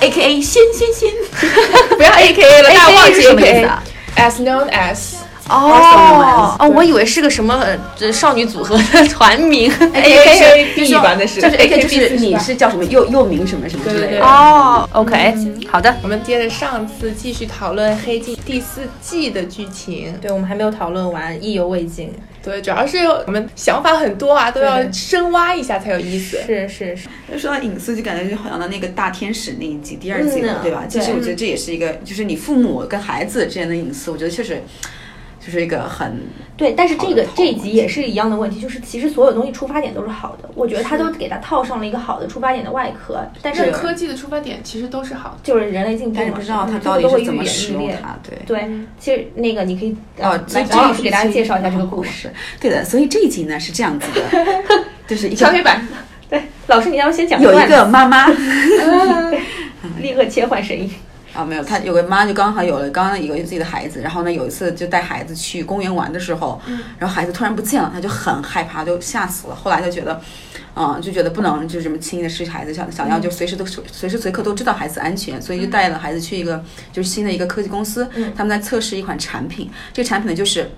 A K A 仙仙仙，不要 A K A 了，大家忘记什什么么意意思思啊啊？As known as 哦哦，对我以为是个什么呃少女组合的团名。 哎 B 吧那是就是 A K AKB，就是你吧是叫什么又又名什么什么之对对类对的。哦，OK，好的，我们接着上次继续讨论《黑镜》第四季的剧情。对，我们还没有讨论完，意犹未尽。对，主要是我们想法很多啊，都要深挖一下才有意思。是是是，就说到隐私，就感觉就好像到那个大天使那一集第二季嗯了啊，对吧？其实对我觉得这也是一个，就是你父母跟孩子之间的隐私，我觉得确实就是一个很对，但是这好的个好的这一集也是一样的问题，就是其实所有东西出发点都是好的，我觉得他都给他套上了一个好的出发点的外壳，但但是是科技的出发点其实都是好的。就是人类进步但是嘛，不知道他最后到底都会是愈怎么演使愈用烈。它。对，对，其实那个你可以呃哦，所以来这王老一师给大家集介绍一下这个故事。事。 对的，所以这一集呢是这样子 的，就是一小个黑板，对，老师你要不先讲有段一子个妈妈立刻切 换声音，啊，没有，她有个妈就刚好有了，刚刚有自己的孩子，然后呢有一次就带孩子去公园玩的时候，嗯然后孩子突然不见了，她就很害怕，就吓死了。后来就觉得。嗯，就觉得不能就是这么轻易的失去孩子，想想要就随时都随时随刻都知道孩子安全，所以就带了孩子去一个就是新的一个科技公司，嗯他们在测试一款产品，这个产品呢就是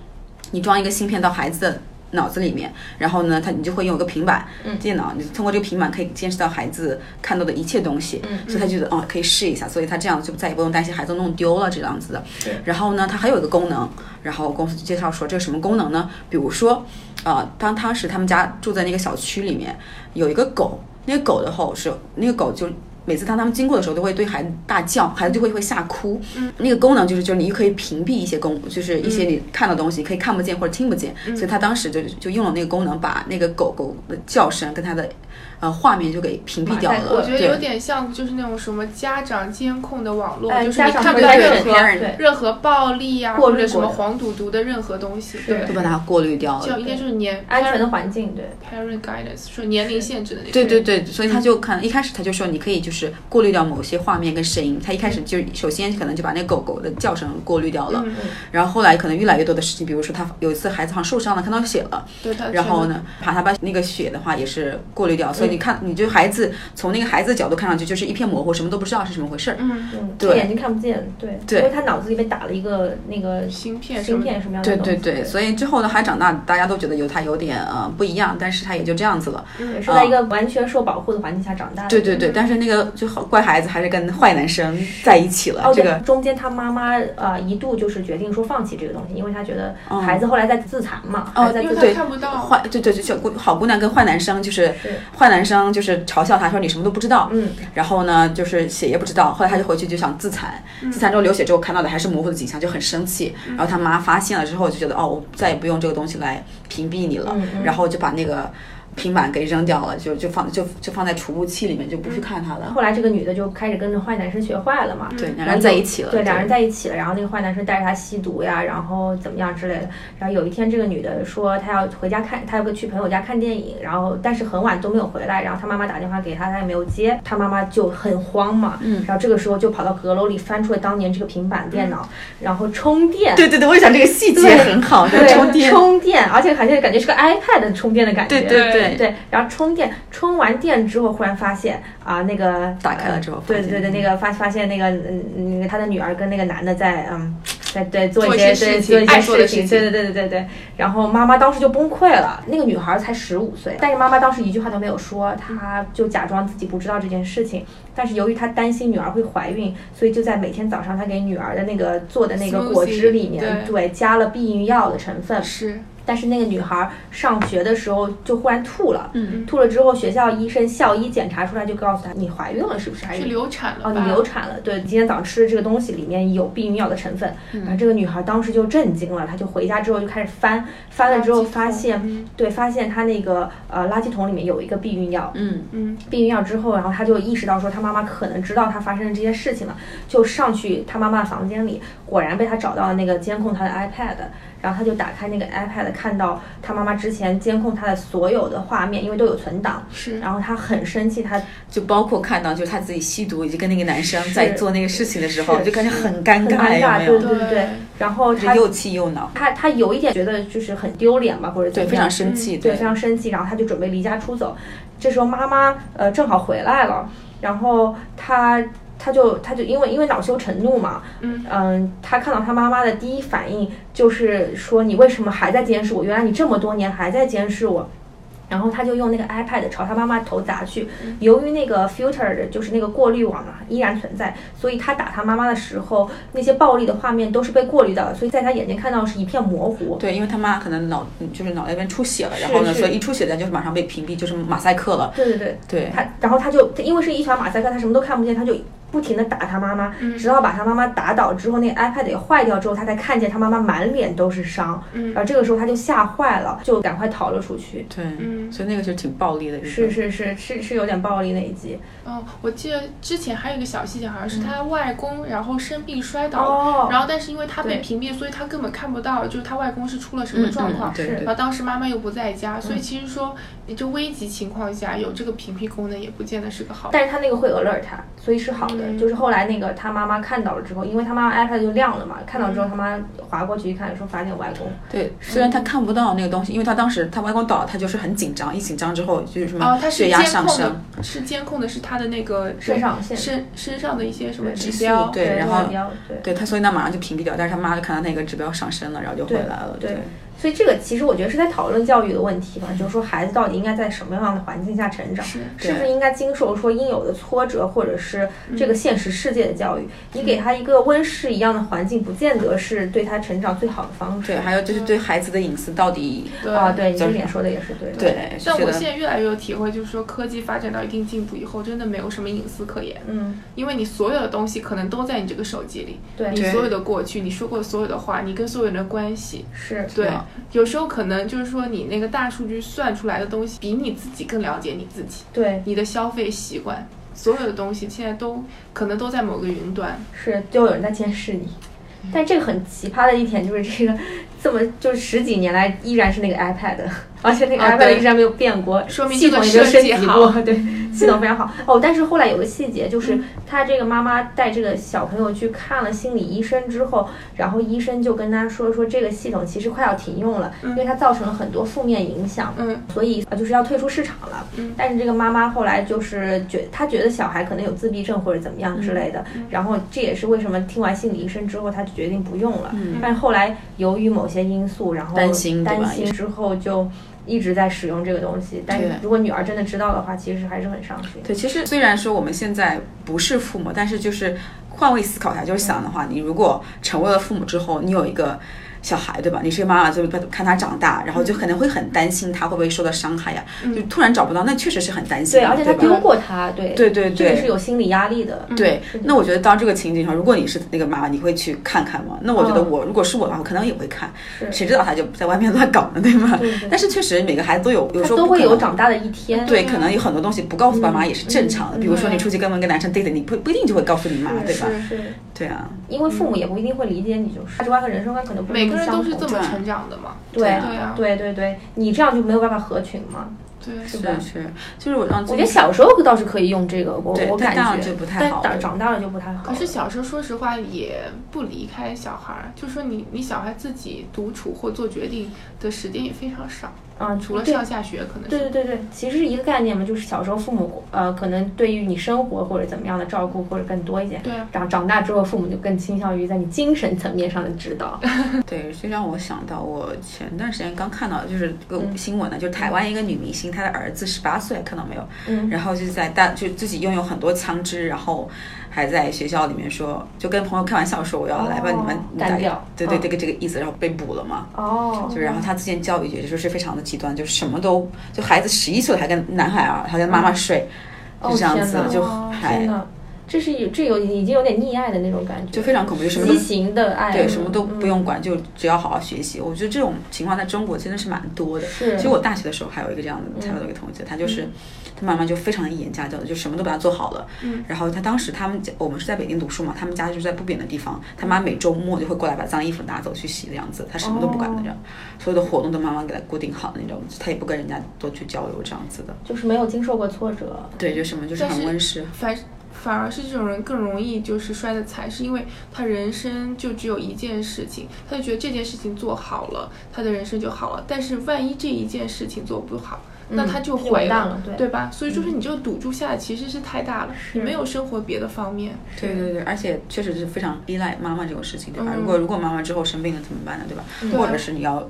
你装一个芯片到孩子的。脑子里面，然后呢，他你就会用一个平板、嗯电脑，你通过这个平板可以监视到孩子看到的一切东西，嗯所以他觉得哦可以试一下，所以他这样就再也不用担心孩子弄丢了这样子的。然后呢，它还有一个功能，然后公司就介绍说这是什么功能呢？比如说，呃，当当时他们家住在那个小区里面，有一个狗，那个狗的吼是那个狗就。每次当他们经过的时候，都会对孩子大叫，孩子就会会吓哭。嗯，那个功能就是，就是你可以屏蔽一些功，就是一些你看到的东西，可以看不见或者听不见。嗯所以他当时就就用了那个功能，把那个狗狗的叫声跟它的呃画面就给屏蔽掉了。我觉得对有点像就是那种什么家长监控的网络，哎就是你家长看不会到在任对何对对任何暴力呀、过或滤者什么过的黄赌毒的任何东西。是对都，把它过滤掉了。就应该就是年安全的环境，对， parent guidance，说年龄限制的那种。对对对，所以他就看一开始他就说你可以就是过滤掉某些画面跟声音，他一开始就首先可能就把那狗狗的叫声过滤掉了，嗯，然后后来可能越来越多的事情，比如说他有一次孩子好像受伤了，看到血了，对他。然后？呢，把他把那个血的话也是过滤掉，所以你看你就孩子从那个孩子的角度看上去就是一片模糊，什么都不知道是什么回事儿。嗯，嗯，对眼睛看不见，对，对因为他脑子里被打了一个那个芯片什芯么片什么样的对东对西，对，所以之后呢，孩子长大，大家都觉得有他有点呃不一样，但是他也就这样子了。对是在一个完全受保护的环境下长大的，嗯对对对，但是那个就好怪孩子还是跟坏男生在一起了，哦，这对，个中间他妈妈呃一度就是决定说放弃这个东西，因为他觉得嗯孩子后来在自残嘛，哦还在因自为残对他看不到。坏对对对，小姑好姑娘跟坏男生就是对坏男生就是嘲笑她说你什么都不知道，嗯，然后呢就是血液不知道，后来她就回去就想自残，嗯自残之后流血之后看到的还是模糊的景象，就很生气，然后她妈发现了之后就觉得哦我再也不用这个东西来屏蔽你了嗯，嗯然后就把那个平板给扔掉了，就就放就就放在储物器里面，就不去嗯看它了，后来这个女的就开始跟着坏男生学坏了嘛，嗯对，两然后人就在一起了，对，两人在一起了，然后那个坏男生带着她吸毒呀，然后怎么样之类的。然后有一天，这个女的说她要回家看，她要去朋友家看电影，然后但是很晚都没有回来，然后她妈妈打电话给她，她也没有接，她妈妈就很慌嘛，嗯然后这个时候就跑到阁楼里翻出了当年这个平板电脑，然后充电， 对对对，我就想这个细节对很好，这个对，充电，充电，而且好像感觉是个 iPad 充电的感觉，对对对。对，然后充电，充完电之后，忽然发现啊、那个打开了之后呃发对现对对，那个发发现那个嗯，那个他的女儿跟那个男的在嗯，在对做做一一些事些对情做一爱些做的事事情，情对对对对对对。然后妈妈当时就崩溃了，那个女孩才十五岁，但是妈妈当时一句话都没有说，她就假装自己不知道这件事情。但是由于她担心女儿会怀孕，所以就在每天早上她给女儿的那个做的那个果 Smoothie，汁里面，对加了避孕药的成分。是，但是那个女孩上学的时候就忽然吐了，嗯吐了之后，学校医生校医检查出来就告诉她，你怀孕了是不是？还是是流产了哦，吧？你流产了。对，今天早上吃的这个东西里面有避孕药的成分。嗯然后这个女孩当时就震惊了，她就回家之后就开始翻，翻了之后垃圾桶发现，嗯对，发现她那个呃垃圾桶里面有一个避孕药。嗯，嗯，避孕药之后，然后她就意识到说她妈妈可能知道她发生了这些事情了，就上去她妈妈房间里，果然被她找到了那个监控她的 iPad，然后她就打开那个 iPad，看到她妈妈之前监控她的所有的画面，因为都有存档，是。然后她很生气，她就包括看到，就是他自己吸毒以及跟那个男生是在做那个事情的时候，是就感觉很尴很尴尬有没有？对对对然后就是她又气又恼，她她有一点觉得就是很丢脸吧，或者对，怎么非样常生气，对，非常生气，然后他就准备离家出走。这时候妈妈呃正好回来了，然后他他就他就因为因为恼羞成怒嘛，嗯他看到他妈妈的第一反应就是说你为什么还在监视我？原来你这么多年还在监视我。然后他就用那个 iPad 朝他妈妈头砸去，由于那个 filter 的就是那个过滤网啊依然存在，所以他打他妈妈的时候，那些暴力的画面都是被过滤掉的，所以在他眼睛看到是一片模糊。对，因为他妈可能脑就是脑袋那边出血了，然后呢，是所以一出血咱就是马上被屏蔽，就是马赛克了。对对对，对，他然后他就他因为是一团马赛克，他什么都看不见，他就不停的打他妈妈，直到把他妈妈打倒之后，那个 iPad 也坏掉之后，他才看见他妈妈满脸都是伤，嗯然后这个时候他就吓坏了，就赶快逃了出去。对，嗯所以那个就挺暴力的一个。是是是是是有点暴力那一集哦，我记得之前还有一个小细节，好像是他外公然后生病摔倒了，哦然然后后但是因为他对被屏蔽，所以他根本看不到，就是他外公是出了什嗯么嗯状况。对是对然后当时妈妈又不在家，所以其实说，也就危急情况下有这个屏蔽功能也不见得是个好。但是他那个会 alert 他，所以是好的。嗯就是后来那个他妈妈看到了之后，因为他妈妈 iPad 就亮了嘛，看到之后他妈划过去一看，说罚点外公。对，虽然他看不到那个东西，因为他当时他外公倒了，他就是很紧张，一紧张之后就是什哦么，他是血压监上控升，的，是监控的是他的那个肾上腺身身上的一些什么对指激素标。对然后比较对。对他，所以那马上就屏蔽掉。但是他妈就看到那个指标上升了，然后就回来了。对对，所以这个其实我觉得是在讨论教育的问题嘛，嗯就是说孩子到底应该在什么样的环境下成长，是是不是对应该经受说应有的挫折，或者是这个现实世界的教育。嗯你给他一个温室一样的环境，不见得是对他成长最好的方式。对，还有就是对孩子的隐私到底，对啊，对，你就这是点说的也是对的。对，是但觉我得现在越来越有体会，就是说科技发展到一定进步以后，真的没有什么隐私可言，嗯，因为你所有的东西可能都在你这个手机里，对你所有的过去，你说过所有的话，你跟所有人的关系，是，对啊，有时候可能就是说你那个大数据算出来的东西，比你自己更了解你自己，对，你的消费习惯，所有的东西现在都可能都在某个云端，是，就有人在监视你。但这个很奇葩的一点就是，这个 这么就是十几年来依然是那个 iPad，而 且那个啊 iPad 对一直没有变过，说明系这统个也没有设升计级好过， 对，系统非 常好。哦，但是后来有个细节，就是他这个妈妈带这个小朋友去看了心理医生之后，然后医生就跟他说说这个系统其实快要停用了，因为它造成了很多负面影响。嗯，所以呃就是要退出市场了。嗯但是这个妈妈后来就是觉，她觉得小孩可能有自闭症或者怎么样之类的，然后这也是为什么听完心理医生之后，她就决定不用了。嗯但是后来由于某些因素，然后担心对吧担心之后就。一直在使用这个东西，但是对如果女儿真的知道的话，其实还是很伤心。对，其实虽然说我们现在不是父母，但是就是换位思考一下，就是想的话，你如果成为了父母之后，你有一个小孩，对吧？你是个妈妈，就是看他长大，然后嗯就可能会很担心他会不会受到伤害呀、就突然找不到，那确实是很担心对，的，而且她对丢吧？过他，对，对对这个是对。有嗯心理压力的。对是的，那我觉得到这个情景上，如果你是那个妈妈，你会去看看吗？那我觉得我、如果是我的话，我可能也会看，嗯是谁知道他就在外面乱搞呢，对吧？对对但是确实每个孩子都有，有她时候都不会可有能长大的一天。对，可能有很多东西不告诉爸妈也是正常的。比如说嗯你出去跟一个男生 date，你不不一定就会告诉你妈，对吧？是是，对啊，因为父母也不一定会理解你，就是价值观和人生观可能不每个那人么嗯相都同是。这么成长的嘛，对对啊对对对，你这样就没有办法合群嘛，对，是吧？是，就是我让自我己觉得小时候倒是可以用这个，我对我但感大觉了就不太但好了长长大了就不太好。可是小时候，说实话也不离开小孩儿，就说你你小孩自己独处或做决定的时间也非常少，啊，除了对上下学可能对是对对对，其实是一个概念嘛，就是小时候父母呃可能对于你生活或者怎么样的照顾或者更多一点，对啊，长长大之后父母就更倾向于在你精神层面上的指导。对，就让我想到我前段时间刚看到就是个嗯新闻呢，就是台湾一个女明星，她的儿子十八岁，看到没有？嗯，然后就是在大就自己拥有很多枪支，然后还在学校里面说，就跟朋友开玩笑说我要来把你们哦你干打掉对对，嗯这个这个意思，然后被捕了嘛。哦就，是然后他之前教育也就是非常的极端，就是什么都就孩子十一岁还跟男孩啊，还跟妈妈睡，哦就这样天子哪，就哦还天呐，这是有这有已经有点溺爱的那种感觉，就非常恐怖，就什么畸都形的爱，对什么都不嗯用管，就只要好好学习。我觉得这种情况在中国真的是蛮多的。是其实我大学的时候还有一个这样的，采访到一个同学，他就是他妈妈就非常的严家教的，就什么都把他做好了。嗯然后他当时他们家我们是在北京读书嘛，他们家就是在不远的地方，他妈每周末就会过来把脏衣服拿走去洗的样子，他什么都不管的这样，所有的活动都妈妈给他固定好的那种，他也不跟人家多去交流这样子的。就是没有经受过挫折。对，就什么就是但很是温室。反反而是这种人更容易就是摔的惨，是因为他人生就只有一件事情，他就觉得这件事情做好了，他的人生就好了。但是万一这一件事情做不好，那他就嗯就完毁蛋了，对。嗯对吧？所以就是你这个赌注下的其实是太大了，是你没有生活别的方面，对对对，而且确实是非常依赖妈妈这个事情，对吧？嗯如果如果妈妈之后生病了怎么办呢？对吧？嗯或者是你要，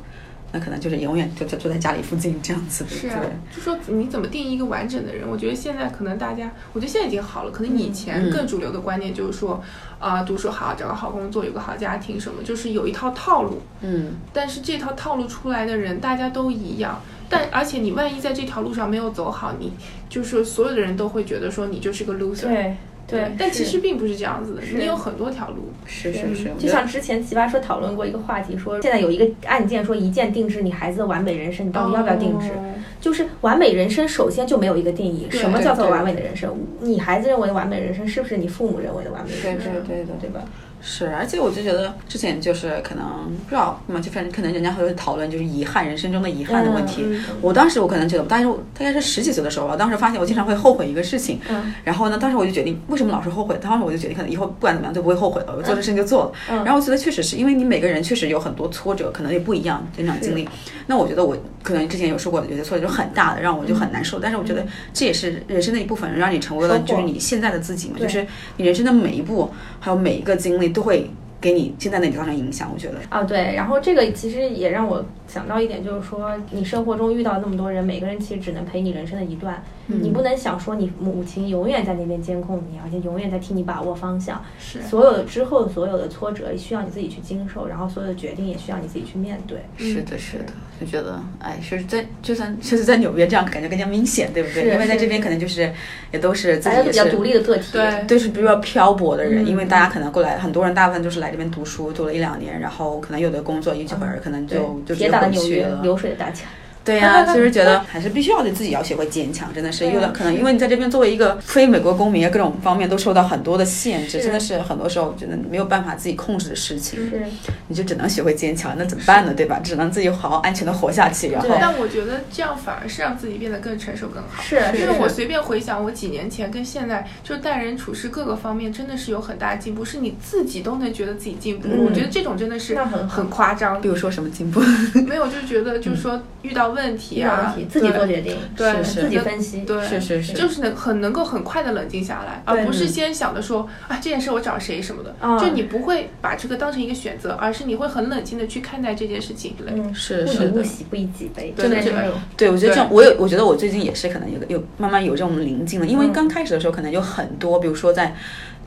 那可能就是永远就就就在家里附近这样子的，是对啊，就说你怎么定义一个完整的人？我觉得现在可能大家，我觉得现在已经好了。可能以前嗯更主流的观念就是说，啊、读书好，找个好工作，有个好家庭，什么就是有一套套路。嗯，但是这套套路出来的人，大家都一样。但而且你万一在这条路上没有走好，你就是所有的人都会觉得说你就是个 loser。对对，但其是实并不是这样子的，是你有很多条路。是是是，我就觉得像之前奇葩说讨论过一个话题，说现在有一个案件说一键定制你孩子的完美人生，你到底要不要定制？哦就是完美人生首先就没有一个定义，对什么叫做对对完美的人生？你孩子认为的完美人生是不是你父母认为的完美人对生？对对对对对吧？是，而且我就觉得之前就是可能不知道嘛，就反正可能人家会讨论就是遗憾人生中的遗憾的问题。嗯我当时我可能觉得，但是我大概是十几岁的时候吧，我当时发现我经常会后悔一个事情，嗯然后呢，当时我就决定，为什么老是后悔？当时我就决定，可能以后不管怎么样都不会后悔了，我做这事情就做了。嗯然后我觉得确实是因为你每个人确实有很多挫折，可能也不一样成长经历。那我觉得我可能之前有受过有些挫折就很大的，让我就很难受。但是我觉得这也是人生的一部分，让你成为了嗯收获就是你现在的自己嘛，对就是你人生的每一步还有每一个经历都会给你现在的你造成影响。我觉得，啊，对，然后这个其实也让我想到一点，就是说你生活中遇到那么多人，每个人其实只能陪你人生的一段，你不能想说你母亲永远在那边监控你，而且永远在替你把握方向，是所有的之后所有的挫折需要你自己去经受，然后所有的决定也需要你自己去面对。是的，是的，就觉得，哎，就是在就算就是在纽约这样感觉更加明显，对不对？是因为在是这边可能就是也都是自大己也家都比较是独立的个体，对对，是比较漂泊的人，嗯因为大家可能过来，很多人大部分就是来这边读书，读了一两年，然后可能有的工作一会儿，可能嗯对就就直铁接打的回纽去约，了。流水的大桥。对 呀、就是觉得还是必须要对自己要学会坚强，真的是对啊有的可能，因为你在这边作为一个非美国公民，各种方面都受到很多的限制，是嗯真的是很多时候真的没有办法自己控制的事情，是，你就只能学会坚强，那怎么办呢？对吧？只能自己好好安全的活下去，然后对但我觉得这样反而是让自己变得更成熟、更好。是就是是我随便回想，我几年前跟现在，就待人处事各个方面真的是有很大进步，是你自己都能觉得自己进步。嗯我觉得这种真的是那很好嗯很夸张比，如说什么进步，没有就是觉得就是说遇到问题遇到问啊题，自己做对决定，对是自己那分析，对是是是就是能很能够很快的冷静下来，对嗯而不是先想着说啊这件事我找谁什么的，啊就你不会把这个当成一个选择，而是你会很冷静的去看待这件事情。嗯，是不以是物的。喜，不以己悲，对真的对是对这种。对，我觉得这对种，我有，我觉得我最近也是可能有有慢慢有这种临近了，因为刚开始的时候可能有很多，比如说在。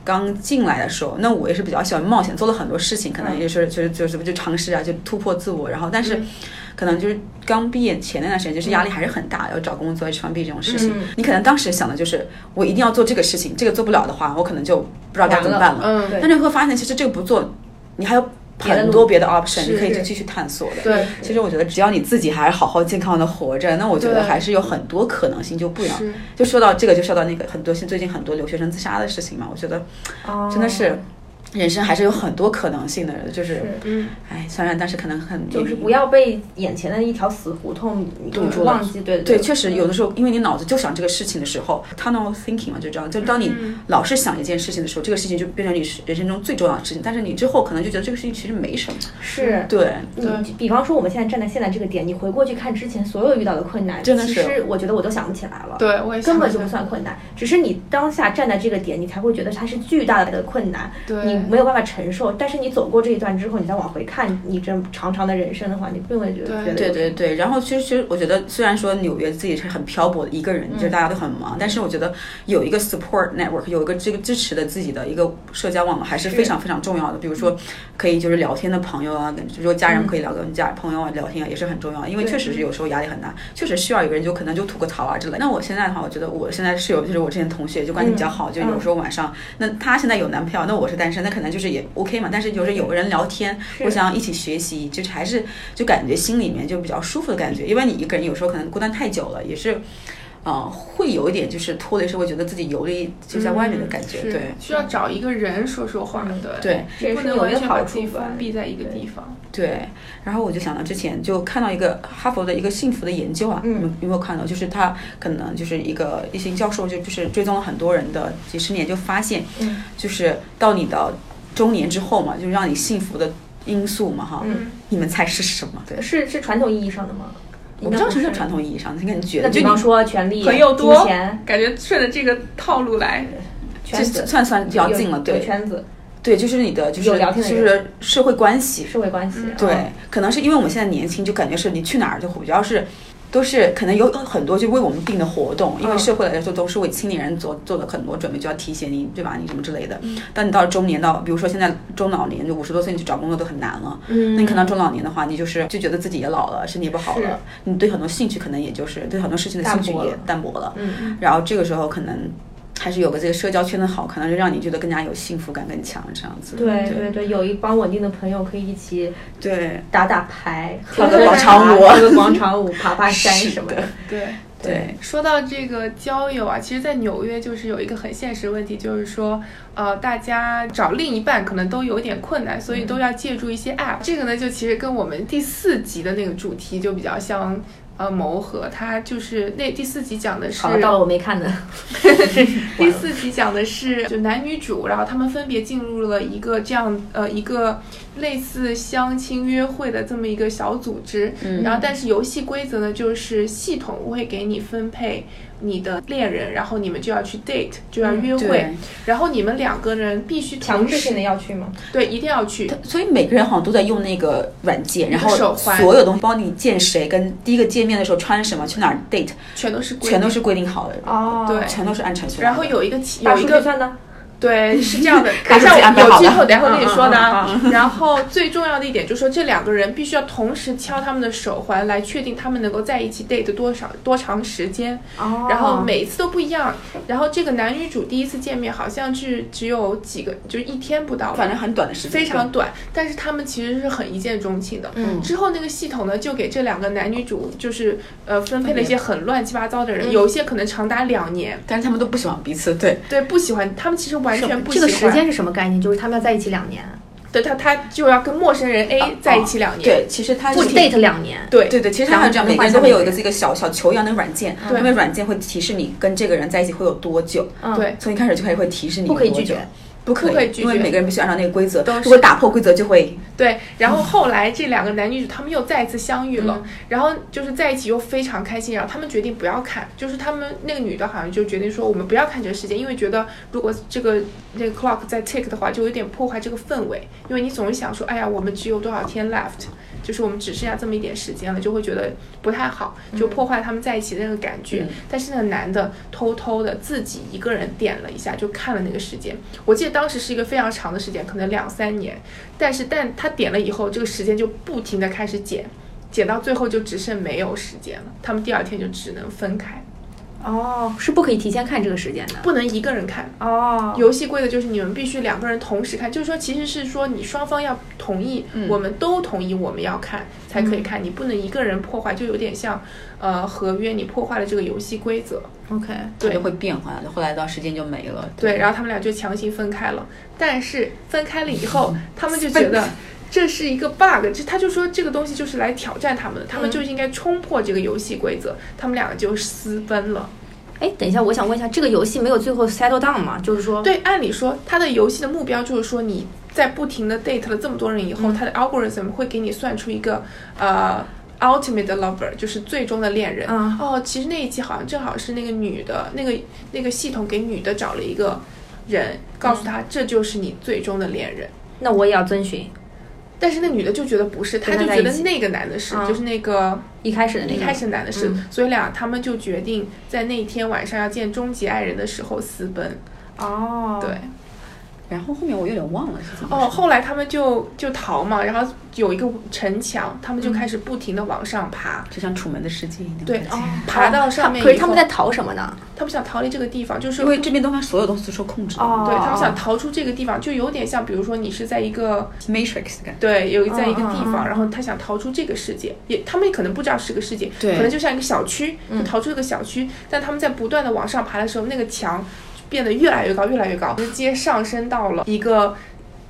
刚进来的时候，那我也是比较喜欢冒险，做了很多事情，可能嗯也是就是就是就尝试啊，就突破自我。然后，但是可能就是刚毕业前那段时间，就是压力还是很大，要找工作、穿毕业这种事情嗯。你可能当时想的就是，我一定要做这个事情，这个做不了的话，我可能就不知道该怎么办了。嗯，对但是会发现，其实这个不做，你还有别的很路多别的 option，是你可以是去继续探索的。对，其实我觉得，只要你自己还是好好健康的活着，那我觉得对还是有很多可能性，就不一样。是就说到这个，就说到那个很多现最近很多留学生自杀的事情嘛，我觉得哦真的是人生还是有很多可能性的，就是是嗯，哎，虽然但是可能很就是不要被眼前的一条死胡同堵住了忘记，对嗯对，确实有的时候，因为你脑子就想这个事情的时候，tunnel thinking 嘛，就这样。就当你嗯老是想一件事情的时候，这个事情就变成你人生中最重要的事情。但是你之后可能就觉得这个事情其实没什么。是。对，你比方说，我们现在站在现在这个点，你回过去看之前所有遇到的困难，真的是其实我觉得我都想不起来了。对，我也根本就想不起来算困难，只是你当下站在这个点，你才会觉得它是巨大的困难，对，你没有办法承受。但是你走过这一段之后，你再往回看你这长长的人生的话，你并不会觉得对觉得对有对对，然后其实其实我觉得，虽然说纽约自己是很漂泊的一个人，就嗯大家都很忙，但是我觉得有一个 support network，有一个这个支持的自己的一个社交网络还是非常非常重要的。比如说，可以就是聊天的朋友啊，跟就是说家人可以聊跟家朋友啊聊天啊，也是很重要的，因为嗯对确实是有时候压力很大，确实需要一个人就可能就吐个槽啊之类的。那我现在的话，我觉得我现在室友就是我之前同学，就关系嗯比较好，就有时候晚上，那他现在有男朋友，那我是单身，那可能就是也 OK 嘛。但是就是有个人聊天，互相一起学习，就是还是就感觉心里面就比较舒服的感觉。因为你一个人有时候可能孤单太久了，也是，呃，会有一点就是拖累，是会觉得自己游离就在外面的感觉。嗯是对需要找一个人说说话，嗯对对这也不是能有完一个全把好自处己吧封。闭在一个对地方。对。然后我就想到之前就看到一个哈佛的一个幸福的研究啊，嗯你们有没有看到？就是他可能就是一个一些教授就就是追踪了很多人的几十年，就发现嗯就是到你的中年之后嘛，就让你幸福的因素嘛哈，嗯你们猜是什么？对。是是传统意义上的吗？我不知道什么叫传统意义上的，你感觉那就比你方说权力、朋友多金钱、，感觉顺着这个套路来，就圈子，算算比较近了，有有对圈子、对，就是你的就是有聊天的就人是社会关系，社会关系，对，嗯可能是因为我们现在年轻，就感觉是你去哪儿就主要是都是可能有很多就为我们定的活动，因为嗯社会来说都是为青年人做做的很多准备，就要提携你，对吧？你什么之类的。嗯当你到了中年，到比如说现在中老年，就五十多岁你去找工作都很难了。嗯那你可能中老年的话，你就是就觉得自己也老了，身体也不好了，你对很多兴趣可能也就是对很多事情的兴趣淡薄也了淡薄了。嗯，然后这个时候可能还是有个这个社交圈的好，可能就让你觉得更加有幸福感更强这样子。对对对对，有一帮稳定的朋友可以一起对打打牌、跳喝个广场舞茶跳个广场舞、爬爬山是什么的。对。对，说到这个交友啊，其实，在纽约就是有一个很现实问题，就是说，呃，大家找另一半可能都有一点困难，所以都要借助一些 app。这个呢，就其实跟我们第四集的那个主题就比较相呃谋合，它就是那第四集讲的是好了，到了我没看的，第四集讲的是 就男女主，然后他们分别进入了一个这样呃一个类似相亲约会的这么一个小组织，嗯然后但是游戏规则呢就是系统会给你分配你的恋人，然后你们就要去 date 就要约会，嗯对然后你们两个人必须强同制性时的要去吗？对一定要去，所以每个人好像都在用那个软件，然后手环所有东西，包括你见谁、跟第一个见面的时候穿什么、去哪儿 date，全都是规全都定是规定好的，哦对全都是按程序来的。。然后有一个题大有一数个据算的，对，是这样的等一下自己安我排好有的剧透，等一下我跟你说的啊嗯。然后最重要的一点就是说，这两个人必须要同时敲他们的手环，来确定他们能够在一起 date 多少多长时间。哦然后每一次都不一样。然后这个男女主第一次见面好像是只有几个，就一天不到吧，反正很短的时间，非常短，但是他们其实是很一见钟情的。嗯之后那个系统呢，就给这两个男女主就是呃分配了别一些很乱七八糟的人，嗯有一些可能长达两年，但是他们都不喜欢彼此，对，对，不喜欢，他们其实完全不喜这欢。个时间是什么概念？就是他们要在一起两年，对他，他就要跟陌生人啊 A 在一起两年。对，其实他不是 date 两年。对对对，其实他还有这样，然后每个人换都下会一有个一个人这个小小球一样的软件，嗯对因为软件会提示你跟这个人在一起会有多久，嗯对从一开始就开始会提示你不可以多拒久绝，不可以，不可以拒因为绝每个人必须按照那个规则都，如果是打破规则就会对然后后来这两个男女主他们又再一次相遇了，然后就是在一起又非常开心，然后他们决定不要看，就是他们那个女的好像就决定说我们不要看这个时间，因为觉得如果这个那个 clock 在 tick 的话，就有点破坏这个氛围，因为你总是想说，哎呀，我们只有多少天 left。就是我们只剩下这么一点时间了，就会觉得不太好，就破坏他们在一起的那个感觉。嗯但是那个男的偷偷的自己一个人点了一下，就看了那个时间。我记得当时是一个非常长的时间，可能两三年。但是，但他点了以后，这个时间就不停的开始减，减到最后就只剩没有时间了。他们第二天就只能分开，哦，是不可以提前看这个时间的。不能一个人看。哦游戏规则就是你们必须两个人同时看，就是说其实是说你双方要同意，我们都同意我们要看才可以看，你不能一个人破坏，就有点像呃合约，你破坏了这个游戏规则。 OK，它对就会变化的，后来到时间就没了，对，然后他们俩就强行分开了。但是分开了以后，他们就觉得这是一个 bug，就他就说这个东西就是来挑战他们的，他们就应该冲破这个游戏规则。他们两个就私奔了。哎，等一下，我想问一下，这个游戏没有最后 settle down 吗？就是说，对，按理说他的游戏的目标就是说你在不停的 date 了这么多人以后，他的 algorithm 会给你算出一个呃。Ultimate lover 就是最终的恋人。嗯哦，其实那一期好像正好是那个女的，那个那个系统给女的找了一个人，告诉她、这就是你最终的恋人。那我也要遵循但是那女的就觉得不是，她跟他就在觉一得起那个男的是，嗯就是那个一开始的那一个。开始男的是，嗯所以俩他们就决定在那一天晚上要见终极爱人的时候私奔。哦，对，，然后后面我有点忘了是怎么哦，后来他们就就逃嘛，然后有一个城墙，他们就开始不停的往上爬，就像《楚门的世界》一样。对，哦哦爬到上面以可后。是他们在逃什么呢？他们想逃离这个地方，就是因为这边东方所有东西都受控制的、哦对他们想逃出这个地方，就有点像，比如说你是在一个 m a t r i x 的感觉。对，有在一个嗯嗯地方，然后他想逃出这个世界，也他们可能不知道是个世界，对可能就像一个小区，嗯就逃出这个小区，但他们在不断的往上爬的时候，那个墙就变得越来越高，越来越高，直接上升到了一个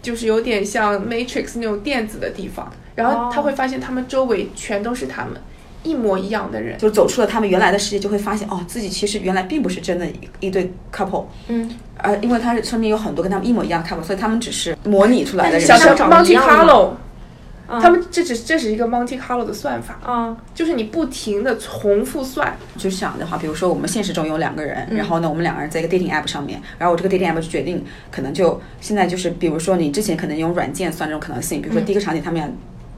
就是有点像 Matrix 那种电子的地方，然后他哦会发现他们周围全都是他们一模一样的哦人，就是走出了他们原来的世界，就会发现哦，自己其实原来并不是真的一一对 couple，嗯，呃，因为他身边有很多跟他们一模一样的 couple，所以他们只是模拟出来的人像但是生像。长得 Monte 一样吗 Carlo，嗯他们这只这是一个 Monte Carlo 的算法，啊，就是你不停的重复算，就想的话，比如说我们现实中有两个人，嗯然后呢，我们两个人在一个 dating app 上面，然后我这个 dating app 就决定可能就现在就是，比如说你之前可能用软件算这种可能性，比如说嗯第一个场景他们俩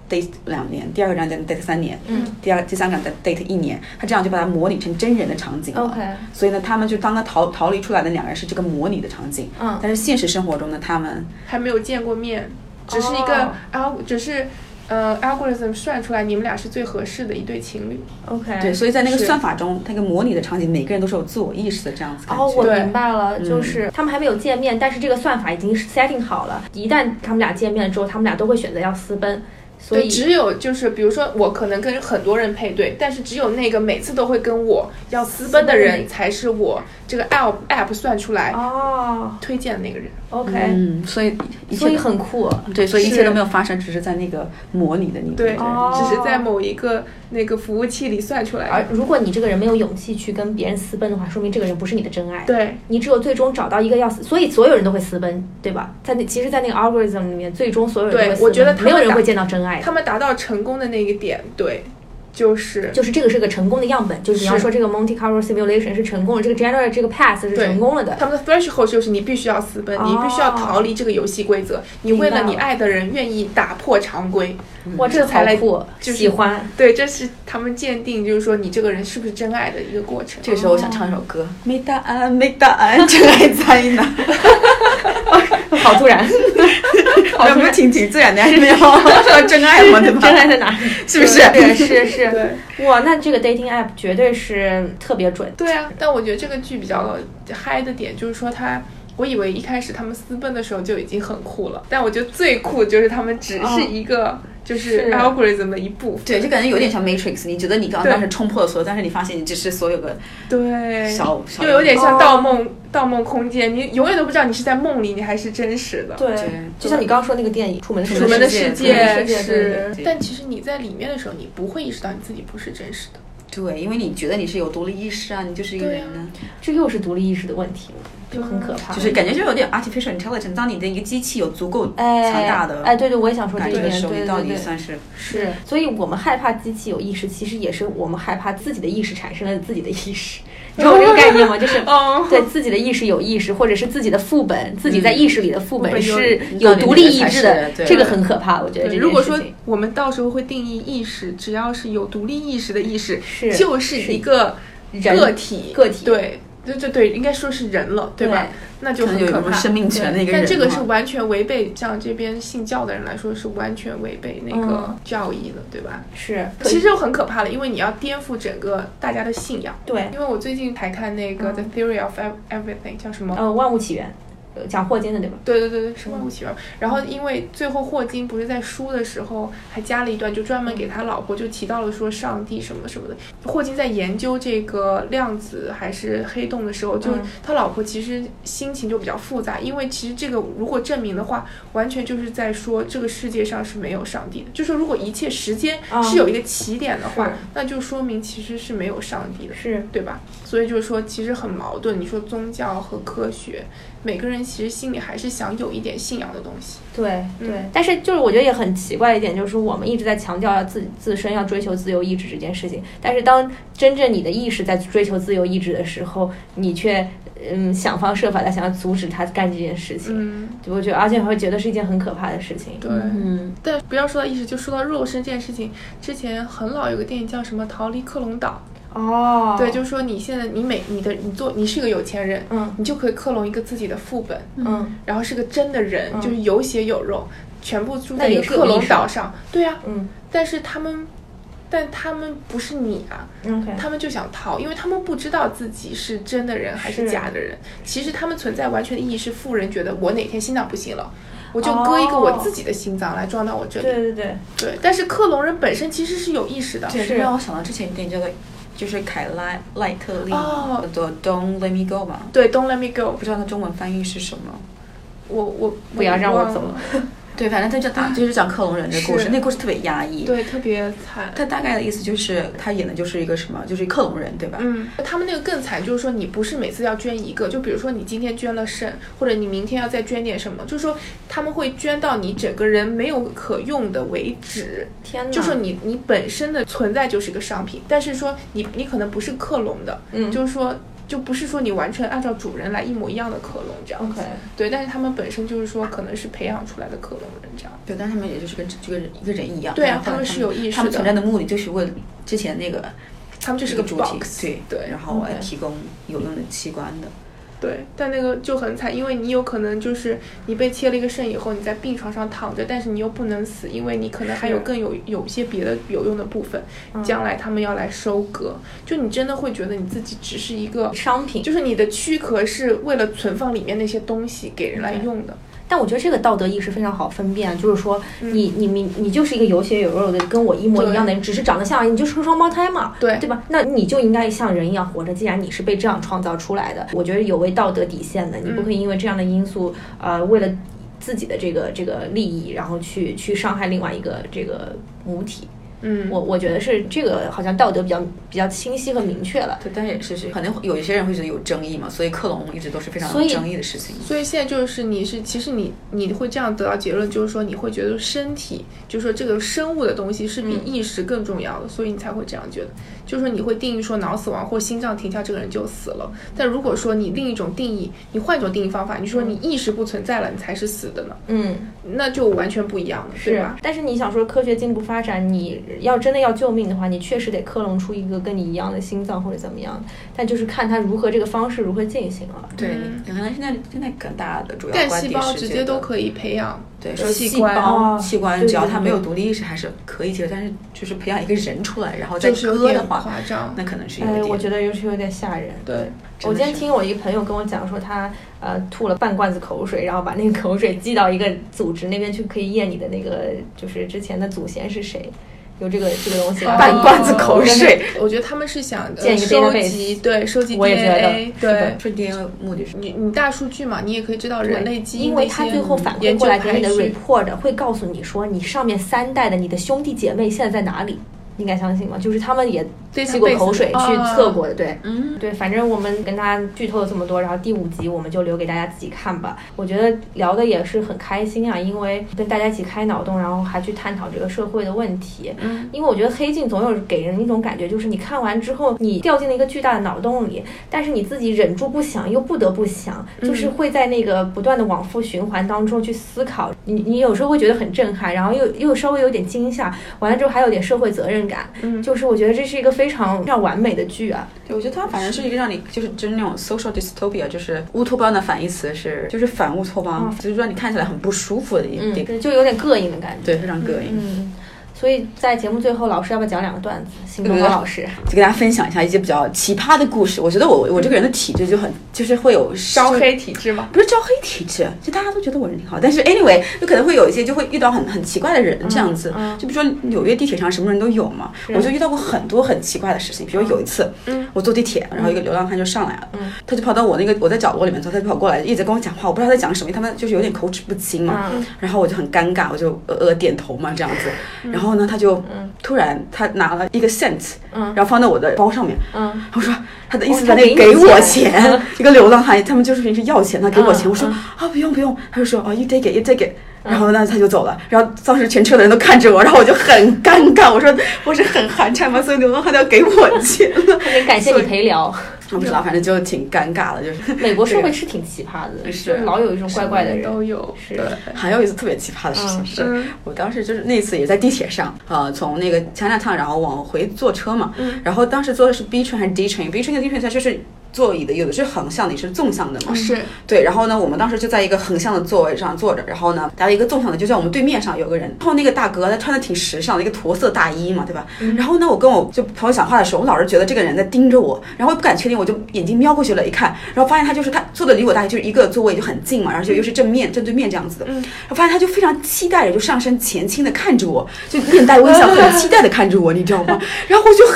date 两年，第二个场景 date 三年，嗯，第二第三个 date 一年，他这样就把它模拟成真人的场景了。 OK 所以呢，他们就当他逃逃离出来的两个人是这个模拟的场景，嗯但是现实生活中呢，他们还没有见过面，只是一个哦 al 只是呃 algorithm 算出来你们俩是最合适的一对情侣。 ，OK，对，所以在那个是算法中，那个模拟的场景，每个人都是有自我意识的这样子感觉。哦，我对明白了，就是他们还没有见面，但是这个算法已经 setting 好了，一旦他们俩见面之后，他们俩都会选择要私奔，所对，以只有就是比如说我可能跟很多人配对，但是只有那个每次都会跟我要私奔的私奔人才是我这个 app app 算出来哦推荐的那个人。 ，OK，嗯，所以一切所以都很酷，对，所以一是切都没有发生，只是在那个模拟的你们对，哦只是在某一个那个服务器里算出来而的。如果你这个人没有勇气去跟别人私奔的话，说明这个人不是你的真爱。对，你只有最终找到一个要死，所以所有人都会私奔，对吧？在那其实，在那个 algorithm 里面，最终所有人都会对私奔我觉得他们没有人打会见到真爱的。他们达到成功的那个点，对，就是就是这个是个成功的样本，就是你要是说这个 Monte Carlo simulation 是成功了，这个 general 这个 pass 是对成功了的。他们的 threshold 就是你必须要私奔，你必须要逃离这个游戏规则，你为了明白你了爱的人愿意打破常规。哇，这个好才来酷，就是喜欢。对，这是他们鉴定，就是说你这个人是不是真爱的一个过程。这个时候我想唱一首歌，没答案， 没答案，真爱在哪？好突然，好，什么情景最感的还是没有说真爱嘛，对吧？ 真爱在哪？是不是？对，是是。对哇，那这个 dating app 绝对是特别准。对啊，但我觉得这个剧比较嗨的点就是说他。我以为一开始他们私奔的时候就已经很酷了，但我觉得最酷就是他们只是一个就是是 algorithm 的一部分。对，就感觉有点像 Matrix。你觉得你刚对当时冲破了所有，但是你发现你只是所有个对，小小就有点像哦《盗梦》盗梦空间》，你永远都不知道你是在梦里，你还是真实的。对对就像你刚刚说那个电影《楚门的楚楚门的的世世界界对对对对是，但其实你在里面的时候，你不会意识到你自己不是真实的。对，因为你觉得你是有独立意识啊，你就是一个对人啊呢，这又是独立意识的问题，就很可怕。就是感觉就有点 artificial intelligence。当你的一个机器有足够哎，强大的哎，对对，我也想说这感觉一点，的对时候，对你到底对，算是嗯是。所以我们害怕机器有意识，其实也是我们害怕自己的意识产生了自己的意识，你知道我这个概念 吗？就是。哦，对自己的意识有意识，或者是自己的副本，自己在嗯意识里的副副本本有是你到有底独哪个立意才志是的，对这个很可怕，我觉得这对，件如果事说情我们到时候会定义意识，只要是有独立意识的意识，是就是一个人个体，个体对。对对对，应该说是人了，对吧？那就可能很有一可种怕。生命权的一个人但嘛。这个是完全违背，像这边信教的人来说是完全违背那个嗯教义的，对吧？是，可以其实就很可怕了，因为你要颠覆整个大家的信仰。对，因为我最近才看那个《The Theory of Ev- Everything》，叫什么？呃，万物起源，呃讲霍金的对吧？对对对对，是万物起源。然后因为最后霍金不是在书的时候还加了一段，就专门给他老婆就提到了说上帝什么什么的。霍金在研究这个量子还是黑洞的时候，就嗯他老婆其实心情就比较复杂，因为其实这个如果证明的话，完全就是在说这个世界上是没有上帝的。就说如果一切时间啊是有一个起点的话是，那就说明其实是没有上帝的。是，对吧？所以就是说，其实很矛盾。你说宗教和科学，每个人其实心里还是想有一点信仰的东西。对嗯对、但是就是我觉得也很奇怪一点，就是我们一直在强调要自自身要追求自由意志这件事情，但是当真正你的意识在追求自由意志的时候，你却嗯想方设法的想要阻止他干这件事情，嗯，就我觉得而且会觉得是一件很可怕的事情。对。嗯，但不要说到意识，就说到肉身这件事情。之前很老有个电影叫什么《逃离克隆岛》，哦对，就是说你现在你每你的你做你是个有钱人，嗯你就可以克隆一个自己的副本，嗯然后是个真的人，嗯就是有血有肉，全部住那在一也个是有克意隆识的岛上。对呀、嗯但是他们，但他们不是你啊，嗯，OK，他们就想逃，因为他们不知道自己是真的人还是是假的人。其实他们存在完全的意义是，富人觉得我哪天心脏不行了，我就割一个我自己的心脏来装到我这里。对对对，对，但是克隆人本身其实是有意识的。对，是这让我想到之前一点叫做就是凯拉赖特利哦叫做 Don't Let Me Go 嘛，对，Don't let me go，不知道它中文翻译是什么。我我不要让我走了。对，反正他就打啊就是讲克隆人的故事，是那故事特别压抑。对，特别惨。他大概的意思就是，他演的就是一个什么，就是克隆人，对吧？嗯，他们那个更惨，就是说你不是每次要捐一个，就比如说你今天捐了肾，或者你明天要再捐点什么，就是说他们会捐到你整个人没有可用的为止。天哪，就说你你本身的存在就是个商品，但是说你你可能不是克隆的，嗯就是说就不是说你完全按照主人来一模一样的克隆这样嗯子 OK，对，但是他们本身就是说可能是培养出来的克隆人这样，对，但是他们也就是跟这个一个人一样。对啊然后他们是有意识他们的存在的目的就是为了之前那个他们就是一个个主体 box，，对对然后来 OK 提供有用的器官的。对，但那个就很惨，因为你有可能就是你被切了一个肾以后，你在病床上躺着，但是你又不能死，因为你可能还有是更有有一些别的有用的部分，嗯将来他们要来收割，就你真的会觉得你自己只是一个商品。就是你的躯壳是为了存放里面那些东西给人来用的。嗯但我觉得这个道德意识非常好分辨，啊就是说你、你你你就是一个有血有肉的，跟我一模一样的人，只是长得像而已，你就是个双胞胎嘛，对对吧？那你就应该像人一样活着，既然你是被这样创造出来的，我觉得有违道德底线的，你不可以因为这样的因素，呃，为了自己的这个这个利益，然后去去伤害另外一个这个母体。嗯，我我觉得是这个好像道德比较比较清晰和明确了。对，但是也是是，可能有一些人会觉得有争议嘛，所以克隆一直都是非常所有以争议的事情。所以现在就是你是，其实你你会这样得到结论，就是说你会觉得身体，就是说这个生物的东西是比意识更重要的，所以你才会这样觉得。就是说你会定义说脑死亡或心脏停跳，这个人就死了。但如果说你另一种定义，你换一种定义方法，你说嗯你意识不存在了，你才是死的呢，嗯。那就完全不一样了，对吧？但是啊你想说科学进步发展，你要真的要救命的话，你确实得克隆出一个跟你一样的心脏或者怎么样，但就是看它如何这个方式如何进行了。对，嗯可能现在现在可能大家的主要干观细点胞是啊直觉接得都可以培养，对，呃说细器官胞器官对只要对它对没有对独立意识还是可以接受，但是就是培养一个人出来，然后再就是有割点的话，夸张。那可能是有哎，点。我觉得又是有点吓人。对，我今真天的是听我一个朋友跟我讲说他，呃吐了半罐子口水，然后把那个口水寄到一个组织那边去，可以验你的那个就是之前的祖先是谁，有这个这个东西。然 后半罐子口 水，我觉得他们是想建呃一个收 database 集，对，收集我也觉得 DNA，是对的，。是 DNA 目的是你你大数据嘛，你也可以知道人类基因因那些为他最后反馈研究过来给你的排序 report 会告诉你说，你上面三代的你的兄弟姐妹现在在哪里，你敢相信吗？就是他们也吸过 Database 口水去啊测过的，对，嗯，对，反正我们跟大家剧透了这么多，然后第五集我们就留给大家自己看吧。我觉得聊的也是很开心啊，因为跟大家一起开脑洞，然后还去探讨这个社会的问题，嗯，因为我觉得黑镜总有给人一种感觉，就是你看完之后，你掉进了一个巨大的脑洞里，但是你自己忍住不想，又不得不想，嗯就是会在那个不断的往复循环当中去思考。你你有时候会觉得很震撼，然后又又稍微有点惊吓，完了之后还有点社会责任感。嗯就是我觉得这是一个非常非常完美的剧啊。对，我觉得它反正是一个让你就是就是那种 social dystopia，就是乌托邦的反义词是就是反乌托邦，就是让你看起来很不舒服的一嗯点，，就有点膈应的感觉。对，非常膈应。嗯，所以在节目最后，老师要不要讲两个段子？新东方老师，就给大家分享一下一些比较奇葩的故事。我觉得我我这个人的体质就很就是会有招招黑体质嘛，不是招黑体质，就大家都觉得我人挺好，但是 anyway 就可能会有一些就会遇到很很奇怪的人这样子。嗯就比如说纽约地铁上什么人都有嘛，我就遇到过很多很奇怪的事情。比如有一次，嗯我坐地铁，然后一个流浪汉就上来了，嗯他就跑到我那个我在角落里面坐，他就跑过来一直跟我讲话，我不知道他在讲什么，因为他们就是有点口齿不清嘛。嗯然后我就很尴尬，我就呃呃点头嘛这样子。然后呢，他就嗯突然他拿了一个 cent，嗯然后放在我的包上面，嗯， 我说他的意思哦在他那里给给你我钱钱，一个流浪汉，他们就是平时要钱，他给我钱，嗯我说啊不用不用，他就说哦 you take it you take it，然后呢他就走了，然后当时全车的人都看着我，然后我就很尴尬，我说我是很寒碜吗？所以流浪汉都要给我钱 了，特别感谢你陪聊。我不知道，反正就挺尴尬的，就是美国社会是挺奇葩的，是就是老有一种怪怪的人。都有，是对，还有一次特别奇葩的事情嗯是，嗯我当时就是那次也在地铁上，呃，从那个前两趟然后往回坐车嘛，嗯然后当时坐的是 B train 还是 D train？B train 跟 D train 它就是座椅的，有的是横向的，有的是纵向的嘛。是对，然后呢，我们当时就在一个横向的座位上坐着，然后呢，来了一个纵向的，就在我们对面上有个人。然后那个大哥他穿的挺时尚的一个驼色大衣嘛，对吧？然后呢，我跟我就朋友讲话的时候，我老是觉得这个人在盯着我，然后我也不敢确定，我就眼睛瞄过去了，一看，然后发现他就是他坐的离我大概就是一个座位就很近嘛，而且又是正面正对面这样子的，嗯我发现他就非常期待，也就上身前倾的看着我，就面带微笑，很期待的看着我，你知道吗？然后我就很